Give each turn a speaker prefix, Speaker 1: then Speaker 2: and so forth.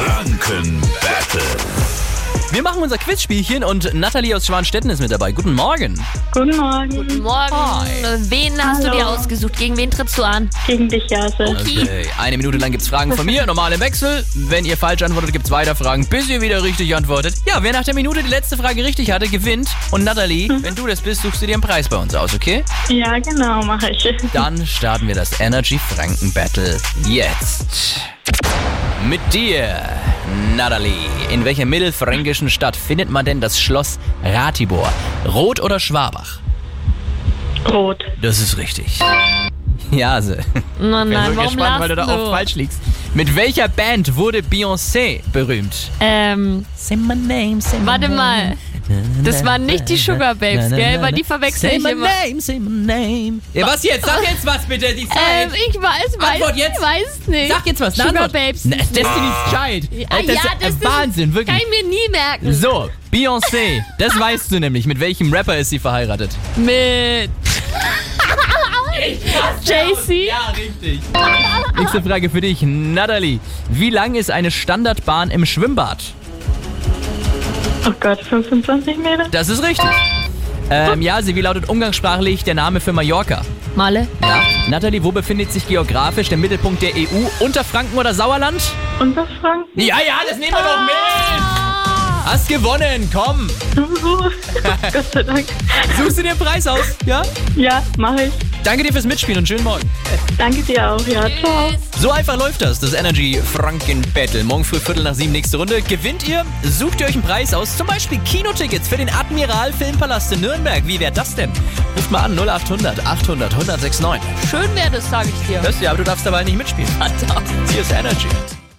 Speaker 1: Franken Battle.
Speaker 2: Wir machen unser Quizspielchen und Nathalie aus Schwanstetten ist mit dabei. Guten Morgen.
Speaker 3: Guten Morgen.
Speaker 4: Guten Morgen.
Speaker 2: Hi.
Speaker 4: Wen hast du
Speaker 3: Hallo.
Speaker 4: dir ausgesucht? Gegen wen trittst du an?
Speaker 3: Gegen dich, Jase.
Speaker 2: Okay, eine Minute lang gibt's Fragen von mir, normal im Wechsel. Wenn ihr falsch antwortet, gibt's weiter Fragen, bis ihr wieder richtig antwortet. Ja, wer nach der Minute die letzte Frage richtig hatte, gewinnt. Und Nathalie, wenn du das bist, suchst du dir einen Preis bei uns aus, okay?
Speaker 3: Ja, genau, mache ich.
Speaker 2: Dann starten wir das Energy Franken Battle jetzt. Mit dir, Natalie. In welcher mittelfränkischen Stadt findet man denn das Schloss Ratibor? Rot oder Schwabach?
Speaker 3: Rot.
Speaker 2: Das ist richtig. also. Jase.
Speaker 4: Na,
Speaker 2: Ich bin
Speaker 4: nein,
Speaker 2: so
Speaker 4: warum
Speaker 2: gespannt, weil du da
Speaker 4: lachst
Speaker 2: oft
Speaker 4: du?
Speaker 2: falsch liegst. Mit welcher Band wurde Beyoncé berühmt?
Speaker 4: Ähm,
Speaker 2: Say my name, say my
Speaker 4: warte mal. Das waren nicht die Sugar Babes, gell? Weil die verwechsel
Speaker 2: say
Speaker 4: ich
Speaker 2: my
Speaker 4: immer.
Speaker 2: Name, say my name. Ja, was jetzt? Sag jetzt was bitte, die
Speaker 4: Ähm,
Speaker 2: Zeit.
Speaker 4: ich weiß, weiß,
Speaker 2: Antwort jetzt.
Speaker 4: weiß es nicht.
Speaker 2: Sag jetzt was. eine
Speaker 4: Sugar
Speaker 2: Antwort.
Speaker 4: Babes.
Speaker 2: Na, Destiny's Child.
Speaker 4: Ah,
Speaker 2: Alter,
Speaker 4: ja, das
Speaker 2: ist
Speaker 4: ist-
Speaker 2: Wahnsinn,
Speaker 4: Kann
Speaker 2: wirklich.
Speaker 4: ich mir nie merken.
Speaker 2: So, Beyoncé, das weißt du nämlich. Mit welchem Rapper ist sie verheiratet?
Speaker 4: Mit. JC.
Speaker 2: Ja, richtig. Nächste Frage für dich, Natalie. Wie lang ist eine Standardbahn im Schwimmbad?
Speaker 3: Oh Gott, 25 Meter?
Speaker 2: Das ist richtig. Ähm, ja, sie, wie lautet umgangssprachlich der Name für Mallorca?
Speaker 4: Male.
Speaker 2: Ja. Nathalie, wo befindet sich geografisch der Mittelpunkt der E EU? Unterfranken oder Sauerland?
Speaker 3: Unter Franken?
Speaker 2: Ja, ja, das nehmen wir doch mit. Hast gewonnen, komm.
Speaker 3: Uhu. Gott sei Dank.
Speaker 2: Suchst du den Preis aus, ja?
Speaker 3: Ja, mache ich.
Speaker 2: Danke dir fürs Mitspielen und schönen Morgen.
Speaker 3: Danke dir auch, ja. Ciao.
Speaker 2: So einfach läuft das, das Energy Franken Battle. Morgen früh Viertel nach sieben, nächste Runde. Gewinnt ihr, sucht ihr euch einen Preis aus, zum Beispiel Kinotickets für den Admiral Filmpalast in Nürnberg. Wie wäre das denn? Ruft mal an 0800 800 1069.
Speaker 4: Schön wäre das, sag ich dir.
Speaker 2: Hörst du ja, aber du darfst dabei nicht mitspielen. Verdammt, hier ist Energy.